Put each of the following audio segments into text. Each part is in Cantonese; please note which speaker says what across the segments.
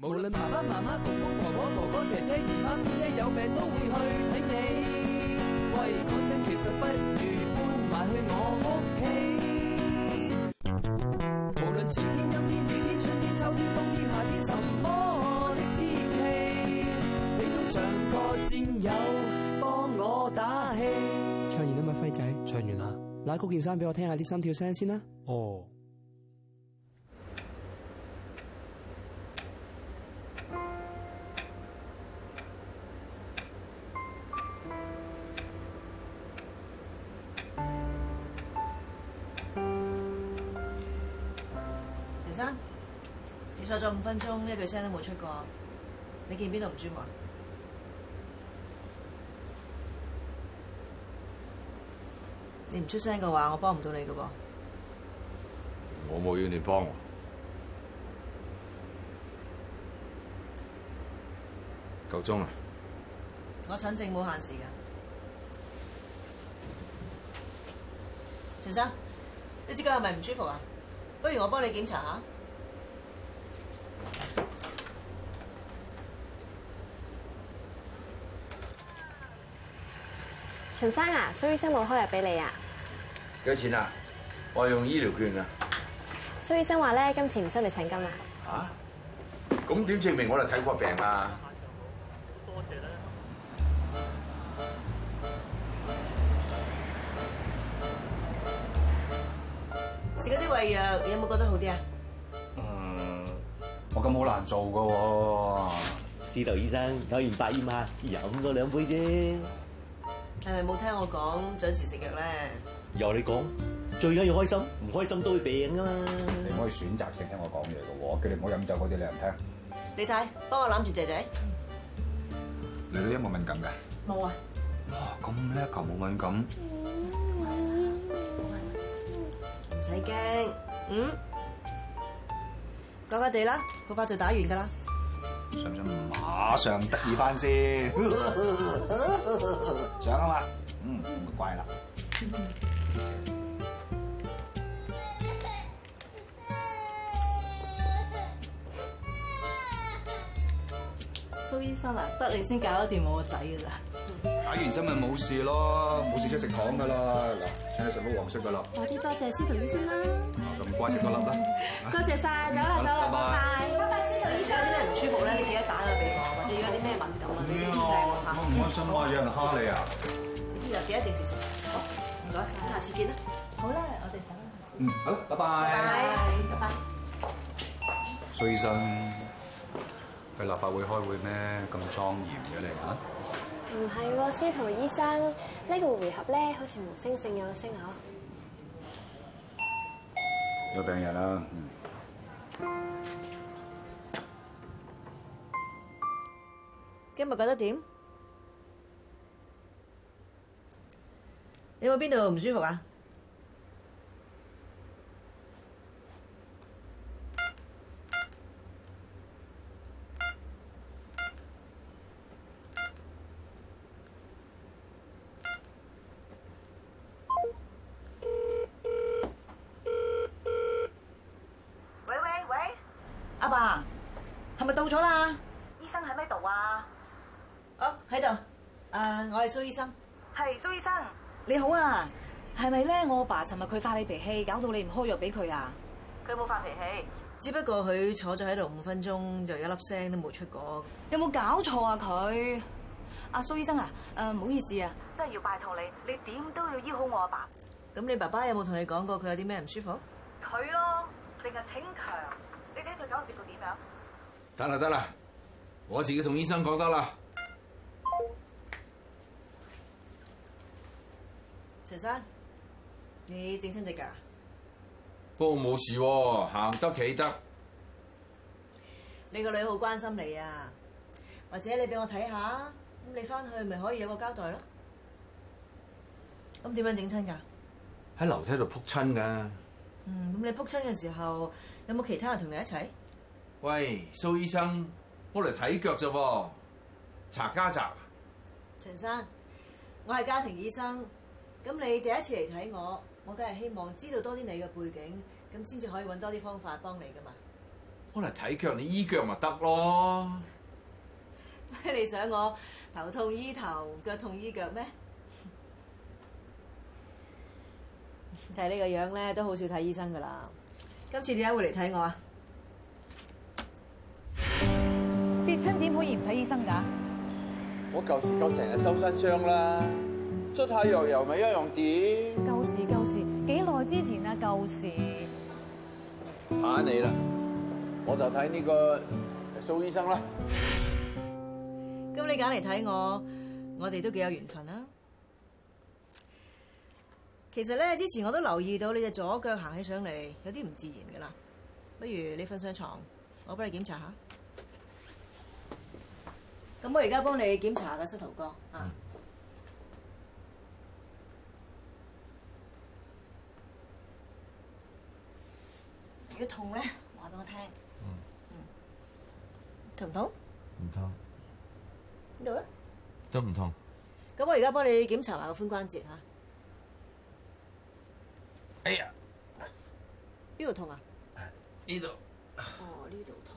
Speaker 1: 論爸爸媽媽、公公婆婆、哥哥姐姐、姨媽姑姐有病都會去睇你。喂，講真，其實不如搬埋去我屋企。無論晴天、陰天、雨天、春天、秋天、冬天、夏天，什麼的天氣，你都像個戰友，幫我打氣。唱完啦嘛，輝仔，
Speaker 2: 唱完啦。
Speaker 1: 攋高件衫俾我聽下啲心跳聲先啦。
Speaker 2: 哦。
Speaker 3: 陳生，你坐咗五分鐘，一句聲都冇出過，你見邊度唔舒服啊？你唔出聲嘅話，我幫唔到你嘅噃。
Speaker 4: 我冇要你幫我。夠鐘
Speaker 5: 啊
Speaker 4: 啦，
Speaker 3: 我診症冇限時㗎。陳生，你隻腳係咪唔舒服啊？不如我幫你檢查下。
Speaker 6: 陳生啊，蘇醫生冇開藥俾你啊。
Speaker 4: 幾多錢啊？我係用醫療券啊。
Speaker 6: 蘇醫生話咧，今次唔收你診金啊。
Speaker 4: 啊？咁點證明我嚟睇過病啊？
Speaker 3: 食嗰啲胃藥，你有冇覺得好啲啊？
Speaker 5: 嗯，我咁好難做㗎喎。
Speaker 7: 司徒醫生，有完百厭嘛？飲多兩杯啫。
Speaker 3: 係咪冇聽我講準時食藥咧？
Speaker 7: 由你講，最緊要開心，唔開心都會病噶嘛。
Speaker 5: 你唔可以選擇性聽我講嘢㗎喎，叫你唔好飲酒嗰啲你又唔聽。
Speaker 3: 你睇，幫我攬住姐姐。
Speaker 5: 你對音樂敏感㗎？
Speaker 3: 冇啊。
Speaker 5: 哇，咁叻㗎冇敏感。
Speaker 3: 唔使驚，嗯，乖乖地啦，好快就打完噶啦。
Speaker 5: 想唔想馬上得意翻 先？想啊嘛，嗯，咪乖啦。
Speaker 8: 蘇醫生啊，得你先搞得掂我個仔㗎咋？
Speaker 5: 打完針咪冇事咯，冇事即食糖噶啦。嗱，請你食粒黃色嘅粒，啊
Speaker 6: 快啲多謝司徒醫生啦。
Speaker 5: 咁乖食多粒啦。
Speaker 6: 多謝晒，走啦走啦，拜拜。拜拜，司徒醫
Speaker 3: 有啲咩唔舒服咧，你記得打佢俾我，或者如果有啲咩敏感啊，你都醒我嚇。
Speaker 5: 哎我唔開心啊，有人蝦你啊！
Speaker 8: 嗯
Speaker 3: 呢日記得定時食。好，唔該晒，下次見啦。
Speaker 8: 好啦，我哋走啦。
Speaker 5: 嗯，好，拜拜。
Speaker 3: 拜拜。
Speaker 5: 蘇醫生，去立法會開會咩？咁莊嚴嘅你啊嚇？
Speaker 6: 唔係喎，司徒醫生，呢、個回合咧好似無聲勝有聲嗬。
Speaker 5: 有病人啊嗯啦。
Speaker 3: 今日覺得點？你有冇邊度唔舒服啊？
Speaker 9: 喂喂喂，
Speaker 3: 阿爸，係咪到咗啦？
Speaker 9: 醫生喺咩度啊？
Speaker 3: 哦，喺度。誒，我係蘇醫生。
Speaker 9: 係蘇醫生，
Speaker 8: 你好啊，係咪咧？我阿爸尋日佢發你脾氣，搞到你唔開藥俾佢啊？
Speaker 9: 佢冇發脾氣，
Speaker 3: 只不過佢坐咗喺度五分鐘，就一粒聲都冇出過。
Speaker 8: 有冇搞錯啊佢？阿蘇醫生啊，誒唔好意思啊，
Speaker 9: 真係要拜託你，你點都要醫好我阿爸。
Speaker 3: 咁你爸爸有冇同你講過佢有啲咩唔舒服？
Speaker 9: 佢咯，淨係逞強，你睇佢搞成個點樣？
Speaker 4: 得啦得啦，我自己同醫生講得啦。
Speaker 3: 陳生，你整親隻腳啊？
Speaker 4: 不過冇事喎，行得企得。
Speaker 3: 你個女好關心你啊，或者你俾我睇下，咁你翻去咪可以有個交代咯。咁點樣整親㗎？
Speaker 4: 喺樓梯度撲親㗎。
Speaker 3: 嗯，咁你撲親嘅時候有冇其他人同你一齊？
Speaker 4: 喂，蘇醫生，我嚟睇腳啫喎，查家宅。
Speaker 3: 陳生，我係家庭醫生，咁你第一次嚟睇我，我梗係希望知道多啲你嘅背景，咁先至可以揾多啲方法幫你㗎嘛。
Speaker 4: 喂，本嚟睇腳，你醫腳咪得咯。
Speaker 3: 你想我頭痛醫頭，腳痛醫腳咩？ 睇呢個樣咧，都好少睇醫生噶啦。今次點解會嚟睇我啊？
Speaker 8: 跌親點可以唔睇醫生㗎？
Speaker 2: 我舊時夠成日周身傷啦，捽下藥油咪一樣點
Speaker 8: 舊時舊時，幾耐之前啊？舊時
Speaker 2: 嚇你啦！我就睇呢個蘇醫生啦。
Speaker 3: 咁你揀嚟睇我，我哋都幾有緣分啊！其實咧，之前我都留意到你隻左腳行起上嚟有啲唔自然噶啦，不如你瞓上床，我幫你檢查下。咁我而家幫你檢查下個膝頭哥啊。如果痛咧，話俾我聽。嗯。痛唔痛？
Speaker 4: 唔痛，
Speaker 3: 呢度咧？
Speaker 4: 都唔痛。
Speaker 3: 咁我而家幫你檢查埋個髋關節嚇，
Speaker 4: 哎呀，
Speaker 3: 邊度痛啊？
Speaker 4: 呢度
Speaker 3: 哦，呢度痛。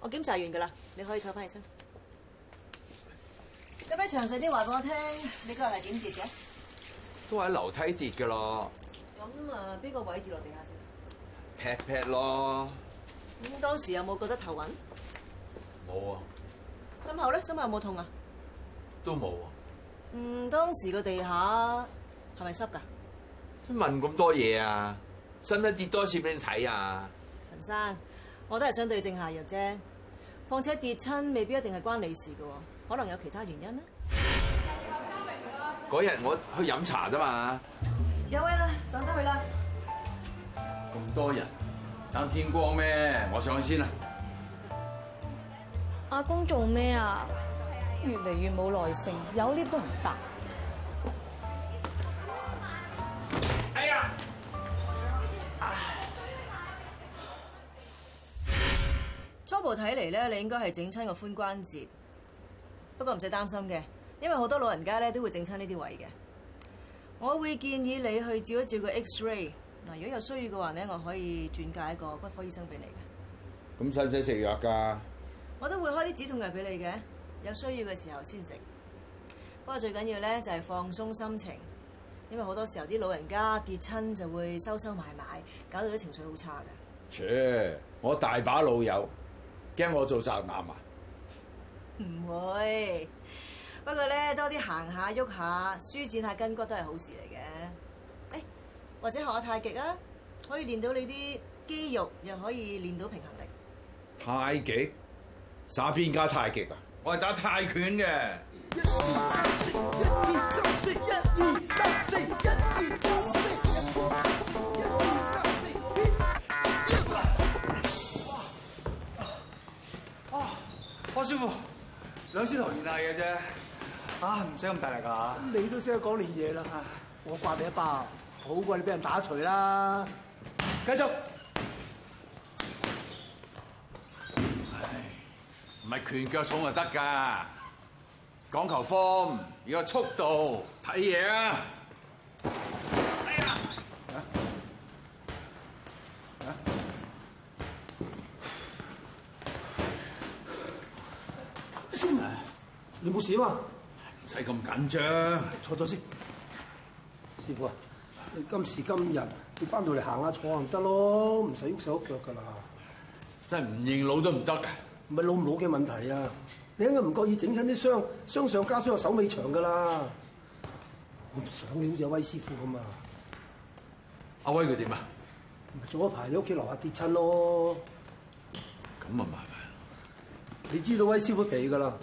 Speaker 3: 我檢查完噶啦，你可以坐翻起身。有咩詳細啲話俾我聽？你嗰日係點跌嘅？
Speaker 4: 都喺樓梯跌嘅咯，
Speaker 3: 咁啊，邊個位跌落地下先？
Speaker 4: 劈劈咯。
Speaker 3: 咁當時有冇覺得頭暈？
Speaker 4: 冇啊，
Speaker 3: 心口咧，心口有冇痛啊？
Speaker 4: 都冇啊。
Speaker 3: 嗯，當時個地下係咪濕㗎？
Speaker 4: 問咁多嘢啊，使唔使跌多次俾你睇啊？
Speaker 3: 陳生，我都係想對症下藥啫。況且跌親未必一定係關你事嘅喎，可能有其他原因咧。
Speaker 4: 嗰日我去飲茶啫嘛，
Speaker 8: 有位啦，上得去啦。
Speaker 4: 咁多人等天光咩？我上去先啦。
Speaker 6: 阿公做咩啊？
Speaker 8: 越嚟越冇耐性，有 lift 都唔搭。
Speaker 4: 哎呀！
Speaker 3: 初步睇嚟咧，你應該係整親個髋關節，不過唔使擔心嘅，因為好多老人家咧都會整親呢啲位嘅。我會建議你去照一照個 X-ray。嗱，如果有需要嘅話咧，我可以轉介一個骨科醫生俾你嘅。
Speaker 4: 咁使唔使食藥㗎？
Speaker 3: 我都會開啲止痛藥俾你嘅，有需要嘅時候先食。不過最緊要咧就係放鬆心情，因為好多時候啲老人家跌親就會收收埋埋，搞到啲情緒好差嘅。
Speaker 2: 切，我大把老友，驚我做宅男啊！
Speaker 3: 唔會，不過咧多啲行下喐下，舒展下筋骨都係好事嚟嘅。誒、或者學下太極啊，可以練到你啲肌肉，又可以練到平衡力。
Speaker 2: 太極，耍邊家太極啊！
Speaker 4: 我係打泰拳嘅。
Speaker 10: 我舒服，兩師徒練下嘅啫。啊，唔使咁大力㗎。
Speaker 1: 你都識得講練嘢啦，我刮你一巴，好過你俾人打錘啦。
Speaker 10: 繼續。
Speaker 4: 唔係拳腳重就得㗎，講求 form，要有速度，睇嘢啊！
Speaker 1: 你冇事啊嘛？
Speaker 4: 唔使咁緊張，
Speaker 1: 坐咗先。師傅啊，你今時今日你翻到嚟行下坐下咪得咯，唔使喐手喐腳噶啦。
Speaker 4: 真係唔認老都唔得㗎。
Speaker 1: 唔係老唔老嘅問題啊，你一唔覺意整親啲傷，傷上加傷，手尾長噶啦。我唔想你好似阿威師傅咁啊，
Speaker 4: 阿威佢點啊？
Speaker 1: 咪早一排喺屋企樓下跌親咯。
Speaker 4: 咁啊麻煩，
Speaker 1: 你知道威師傅脾氣噶啦，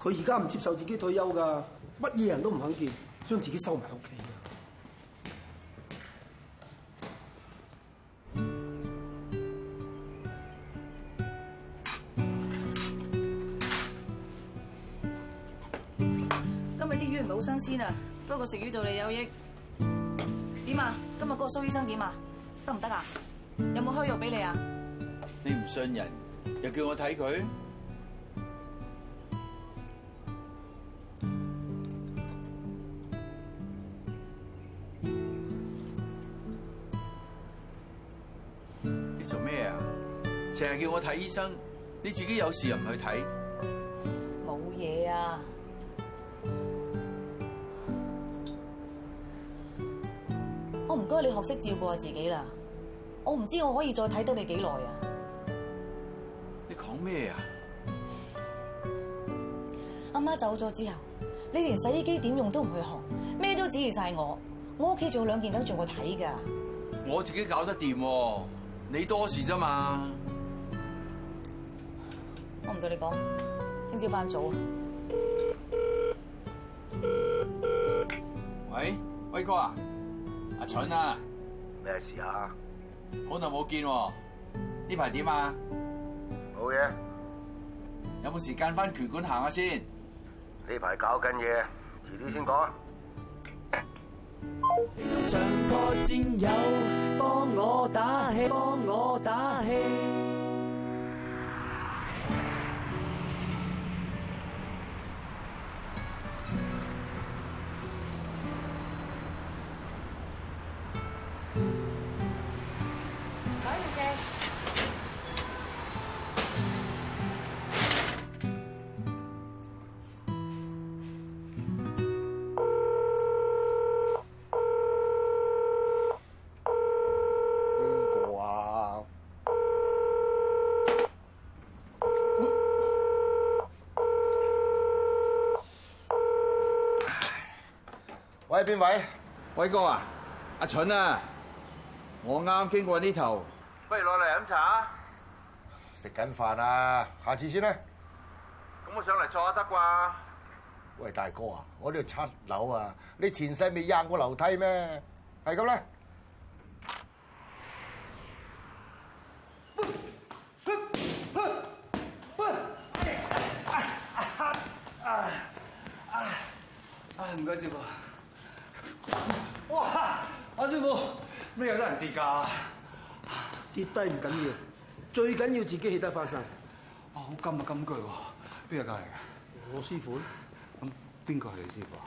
Speaker 1: 佢而家唔接受自己退休噶，乜嘢人都唔肯見，將自己收埋喺屋企啊。
Speaker 8: 今日啲魚唔係好新鮮啊，不過食魚對你有益。點啊？今日嗰個蘇醫生點啊？得唔得啊？有冇開藥俾你啊？
Speaker 2: 你唔信人，又叫我睇佢？
Speaker 4: 嚟做咩啊？成日叫我睇醫生，你自己有事又唔去睇，
Speaker 8: 冇嘢啊！我唔該你學識照顧下自己啦。我唔知我可以再睇到你幾耐啊！
Speaker 4: 你講咩啊？
Speaker 8: 阿媽走咗之後，你連洗衣機點用都唔去學，咩都指意晒我。我屋企仲有兩件褸做我睇㗎。
Speaker 4: 我自己搞得掂喎，你多事啫嘛。
Speaker 8: 我唔同你講，聽朝翻早啊！
Speaker 4: 喂，威哥啊，阿蠢啊，
Speaker 11: 咩事啊？
Speaker 4: 好耐冇見喎，呢排點啊？
Speaker 11: 冇嘢，
Speaker 4: 有冇時間翻拳館行下先？
Speaker 11: 呢排搞緊嘢，遲啲先講。
Speaker 1: 像個戰友，幫我打氣，幫我打氣。
Speaker 10: 邊個啊？
Speaker 11: 喂，邊位？
Speaker 4: 威哥啊，阿蠢啊，我啱經過呢頭，不如攞嚟飲茶。
Speaker 11: 食緊飯
Speaker 4: à.
Speaker 11: 啊，下次先啦。
Speaker 4: 咁我上嚟坐下得啩？
Speaker 11: 喂，大哥
Speaker 4: à?
Speaker 11: 啊，我呢度七樓啊，你前世未掗過樓梯咩？係咁啦。
Speaker 10: 啊啊啊！唔該師傅。哇！阿師傅，咩有得人跌㗎？
Speaker 12: 跌低唔緊要，最緊要自己起得翻身。
Speaker 10: 哇！好金啊金句喎，邊個教你㗎？
Speaker 12: 我師傅。
Speaker 10: 咁邊個係你師傅啊？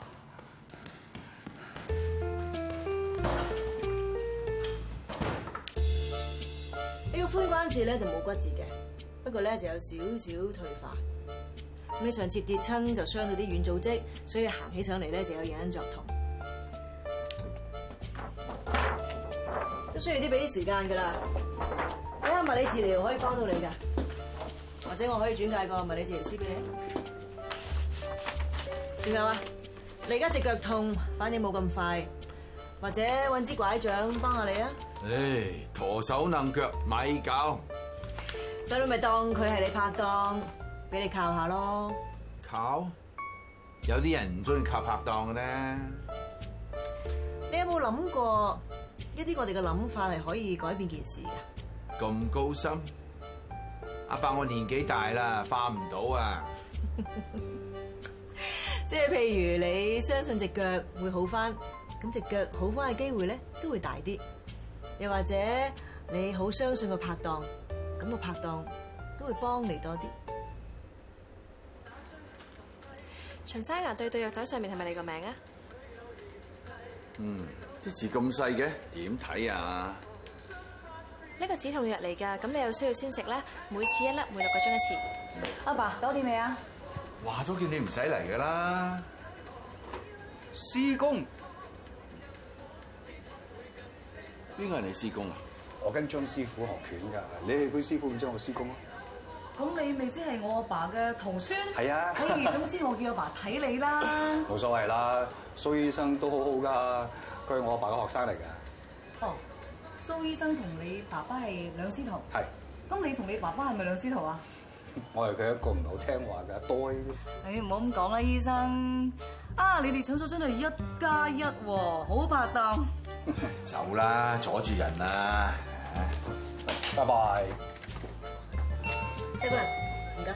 Speaker 3: 呢個髋關節咧就冇骨折嘅，不過咧就有少少退化。咁你上次跌親就傷到啲軟組織，所以行起上嚟咧就有隱隱作痛。都需要啲俾啲時間㗎啦。睇下物理治療可以幫到你㗎，或者我可以轉介個物理治療師俾你。仲有啊，你而家隻腳痛，反應冇咁快，或者揾支拐杖幫下你啊。
Speaker 4: 唉，陀手掕腳，咪搞，
Speaker 3: 咁你咪當佢係你拍檔，俾你靠下咯。
Speaker 4: 靠！有啲人唔中意靠拍檔嘅咧。
Speaker 3: 你有冇諗過一啲我哋嘅諗法係可以改變件事㗎？
Speaker 4: 咁高深？阿伯，我年紀大啦，化唔到啊！
Speaker 3: 即係譬如你相信隻腳會好翻，咁隻腳好翻嘅機會咧都會大啲。又或者你好相信個拍檔，咁個拍檔都會幫你多啲。
Speaker 6: 秦生啊，對對藥袋上面係咪你個名啊？
Speaker 4: 嗯，啲字咁細嘅，點睇啊？
Speaker 6: 呢個止痛藥嚟㗎，咁你有需要先食啦，每次一粒，每六個鐘一次。
Speaker 8: 阿爸搞掂未啊？
Speaker 4: 話咗叫你唔使嚟噶啦。
Speaker 10: 師公，
Speaker 4: 邊個係你師公啊？
Speaker 5: 我跟張師傅學拳㗎，你係佢師傅，唔知我師公咯。啊
Speaker 8: 咁你咪即係我阿爸嘅徒孫？
Speaker 5: 係啊
Speaker 8: 哎總之我叫阿爸睇你啦。
Speaker 5: 冇所謂啦，蘇醫生都好好㗎，佢係我阿爸嘅學生嚟㗎。
Speaker 8: 哦，蘇醫生同你爸爸係兩師徒。
Speaker 5: 係。
Speaker 8: 咁你同你爸爸係咪兩師徒啊？
Speaker 5: 我係佢一個唔係好聽話嘅呆。
Speaker 8: 唉，唔好咁講啦，醫生。啊，你哋診所真係一加一喎，好拍檔。
Speaker 4: 走啦，阻住人啦！
Speaker 5: 拜拜。
Speaker 3: 即係唔該。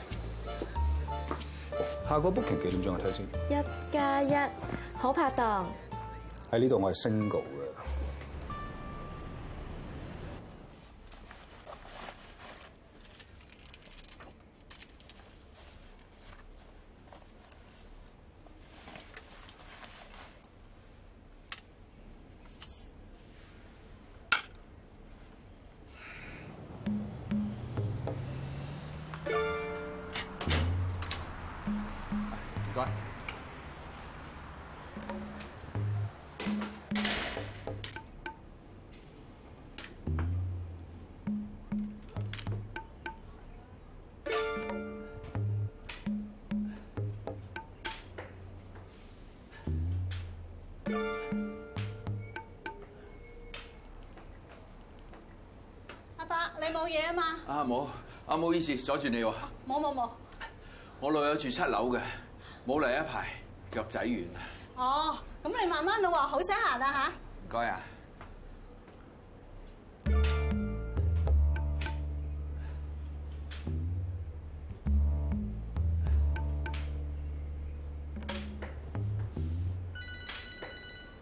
Speaker 5: 下個 booking 幾點鐘啊？睇先。
Speaker 6: 一加一，好拍檔。
Speaker 5: 喺呢度我係 single 嘅。
Speaker 8: 冇嘢啊嘛？
Speaker 4: 啊冇，啊唔好意思，阻住你喎。
Speaker 8: 冇冇冇。
Speaker 4: 我女友住七樓嘅，冇嚟一排，腳仔軟啊。
Speaker 8: 哦，咁你慢慢咯喎，好聲行啦吓。
Speaker 4: 唔該啊。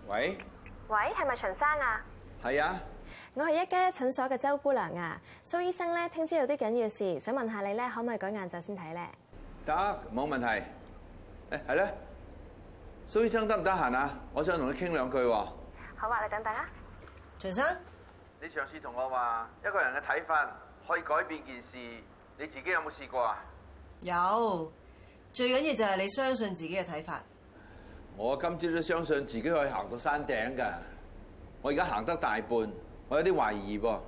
Speaker 4: 喂，
Speaker 6: 喂，係咪秦生啊？
Speaker 4: 係啊，
Speaker 6: 我係一加一診所嘅周姑娘啊，蘇醫生咧聽朝有啲緊要事，想問下你咧，可唔可以改晏晝先睇咧？
Speaker 4: 得冇問題。誒係咧，蘇醫生得唔得閒啊？我想同你傾兩句喎。
Speaker 6: 好啊，你等等啊。
Speaker 3: 秦生，
Speaker 4: 你上次同我話一個人嘅睇法可以改變件事，你自己有冇試過啊？
Speaker 3: 有最緊要就係你相信自己嘅睇法。
Speaker 4: 我今朝都相信自己可以行到山頂㗎。我而家行得大半，我有啲懷疑噃。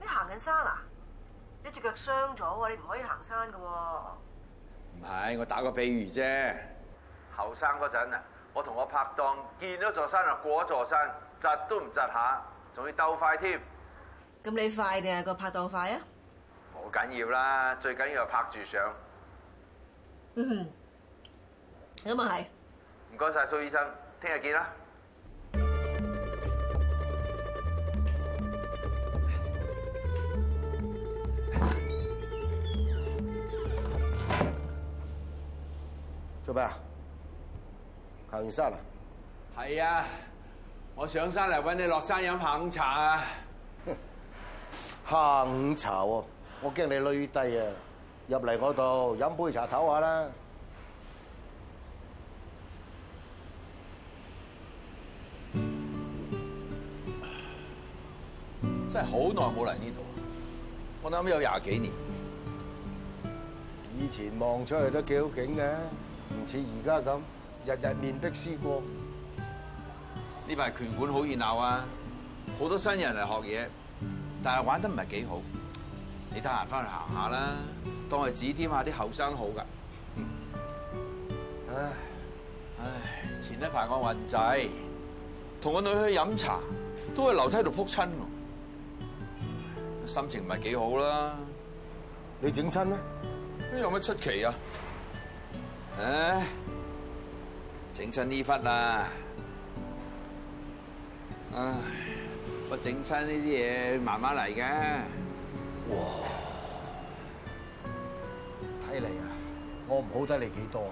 Speaker 3: 你行緊山啊？你隻腳傷咗喎，你唔可以行山㗎喎。
Speaker 4: 唔係，我打個比喻啫。後生嗰陣啊，我同我拍檔見咗座山就過咗座山，窒都唔窒下，仲要鬥快添。
Speaker 3: 咁你快定係個拍檔快啊？
Speaker 4: 冇緊要啦，最緊要係拍住上。
Speaker 3: 嗯，咁啊係。
Speaker 4: 唔該晒蘇醫生，聽日見啦。
Speaker 11: 做咩啊？行完山啊？
Speaker 4: 係啊，我上山嚟揾你落山飲下午茶啊！
Speaker 11: 下午茶喎，我驚你累低啊！入嚟我度飲杯茶唞下啦。
Speaker 4: 真係好耐冇嚟呢度，我諗有廿幾年。
Speaker 11: 以前望出去都幾好景嘅，唔似而家咁日日面壁思過。
Speaker 4: 呢排拳館好熱鬧啊，好多新人嚟學嘢，但係玩得唔係幾好。你得閒翻去行下啦，當係指點下啲後生好㗎。唉唉，前一排我混仔同個女去飲茶，都喺樓梯度撲親喎，心情唔係幾好啦。
Speaker 11: 你整親咩？
Speaker 4: 有乜出奇啊？唉，整親呢忽啊！唉，我整親呢啲嘢慢慢嚟嘅。
Speaker 11: 哇！睇嚟啊，我唔好得你幾多啊！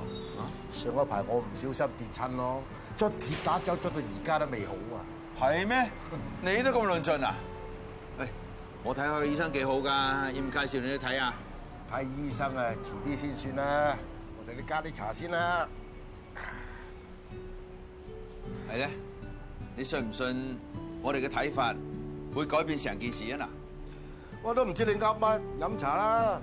Speaker 11: 上一排我唔小心跌親咯，捽鐵打走捽到而家都未好啊！
Speaker 4: 係咩？你都咁論盡啊？喂，我睇下個醫生幾好㗎，要唔介紹你去睇啊？
Speaker 11: 睇醫生啊，遲啲先算啦。我哋你加啲茶先啦。
Speaker 4: 係咧，你信唔信我哋嘅睇法會改變成件事啊？嗱。
Speaker 11: 我都唔知你噏乜，飲茶啦。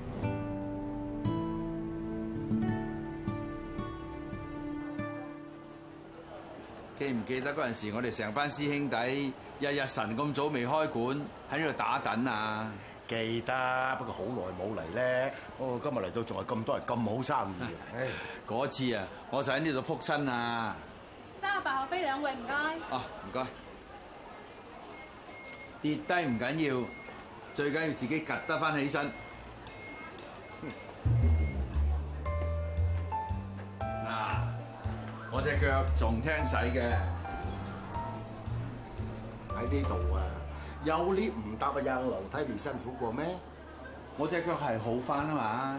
Speaker 13: 記唔記得嗰陣時，我哋成班師兄弟日日晨咁早未開館，喺呢度打躉啊！
Speaker 11: 記得，不過好耐冇嚟咧。我今日嚟到仲係咁多人，咁好生意啊！唉，
Speaker 13: 嗰次啊，我就喺呢度撲親啊！
Speaker 8: 三十八號飛兩位唔該。
Speaker 13: 啊，唔該。跌低唔緊要，最緊要自己趌得翻起身。嗱，我只腳仲聽使嘅。
Speaker 11: 喺呢度啊，有 lift 唔搭啊，硬樓梯未辛苦過咩？
Speaker 4: 我只腳係好翻啊嘛。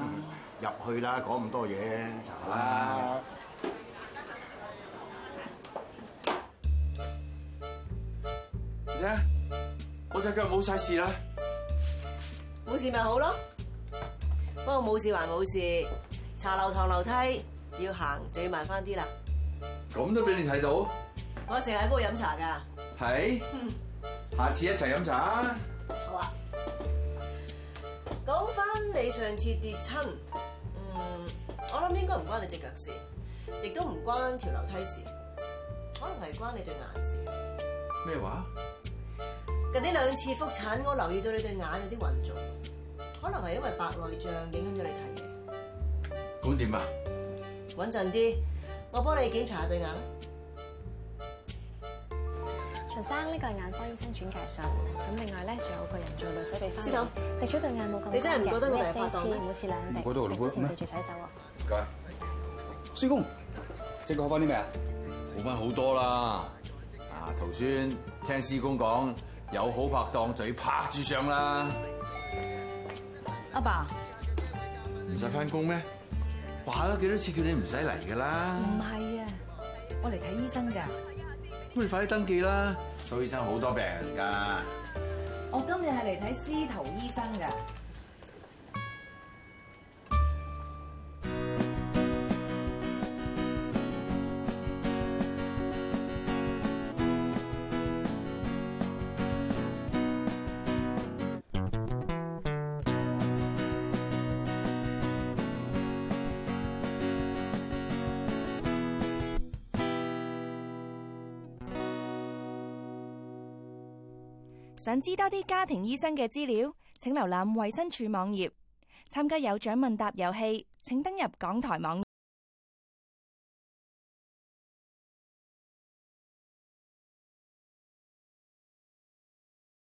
Speaker 11: 入去啦，講咁多嘢，茶啦。
Speaker 4: 你睇，我隻腳冇晒事啦。
Speaker 3: 冇事咪好咯。不過冇事還冇事，茶樓堂樓梯要行就要慢翻啲啦。
Speaker 13: 咁都俾你睇到，
Speaker 3: 我成日喺嗰度飲茶㗎。
Speaker 13: 係？下次一齊飲茶啊！
Speaker 3: 好啊。講翻你上次跌親，嗯，我諗應該唔關你隻腳事，亦都唔關條樓梯事，可能係關你對眼事。
Speaker 13: 咩話？
Speaker 3: 近呢兩次復診，我留意到你對眼有啲混濁，可能係因為白內障影響咗你睇嘢。
Speaker 13: 咁點啊？
Speaker 3: 穩陣啲，我幫你檢查下對眼啦。
Speaker 6: 陳生呢個係眼科醫生轉介信，咁另外咧仲有個人造淚水俾翻
Speaker 3: 知道
Speaker 6: 滴咗對眼冇咁乾嘅
Speaker 3: 你真係唔覺得我哋係
Speaker 6: 每日
Speaker 3: 拍檔
Speaker 6: 四
Speaker 3: 咩
Speaker 6: 次每次兩滴，
Speaker 14: 唔覺得我哋
Speaker 6: 之前
Speaker 14: 咩
Speaker 6: 對住洗手喎。
Speaker 14: 唔該。師公，隻腳好翻啲未啊？
Speaker 4: 好翻好多啦！啊，徒孫聽師公講，有好拍檔就要拍住上啦。
Speaker 15: 阿爸，
Speaker 4: 唔使翻工咩？話咗幾多次叫你唔使嚟噶啦，
Speaker 15: 唔係啊，我嚟睇醫生㗎。
Speaker 4: 咁你快啲登記啦。蘇醫生好多病人㗎，
Speaker 15: 我今日係嚟睇司徒醫生㗎。
Speaker 8: 想知多啲家庭醫生嘅資料，請瀏覽衛生署網頁。參加有獎問答遊戲，請登入港台網頁。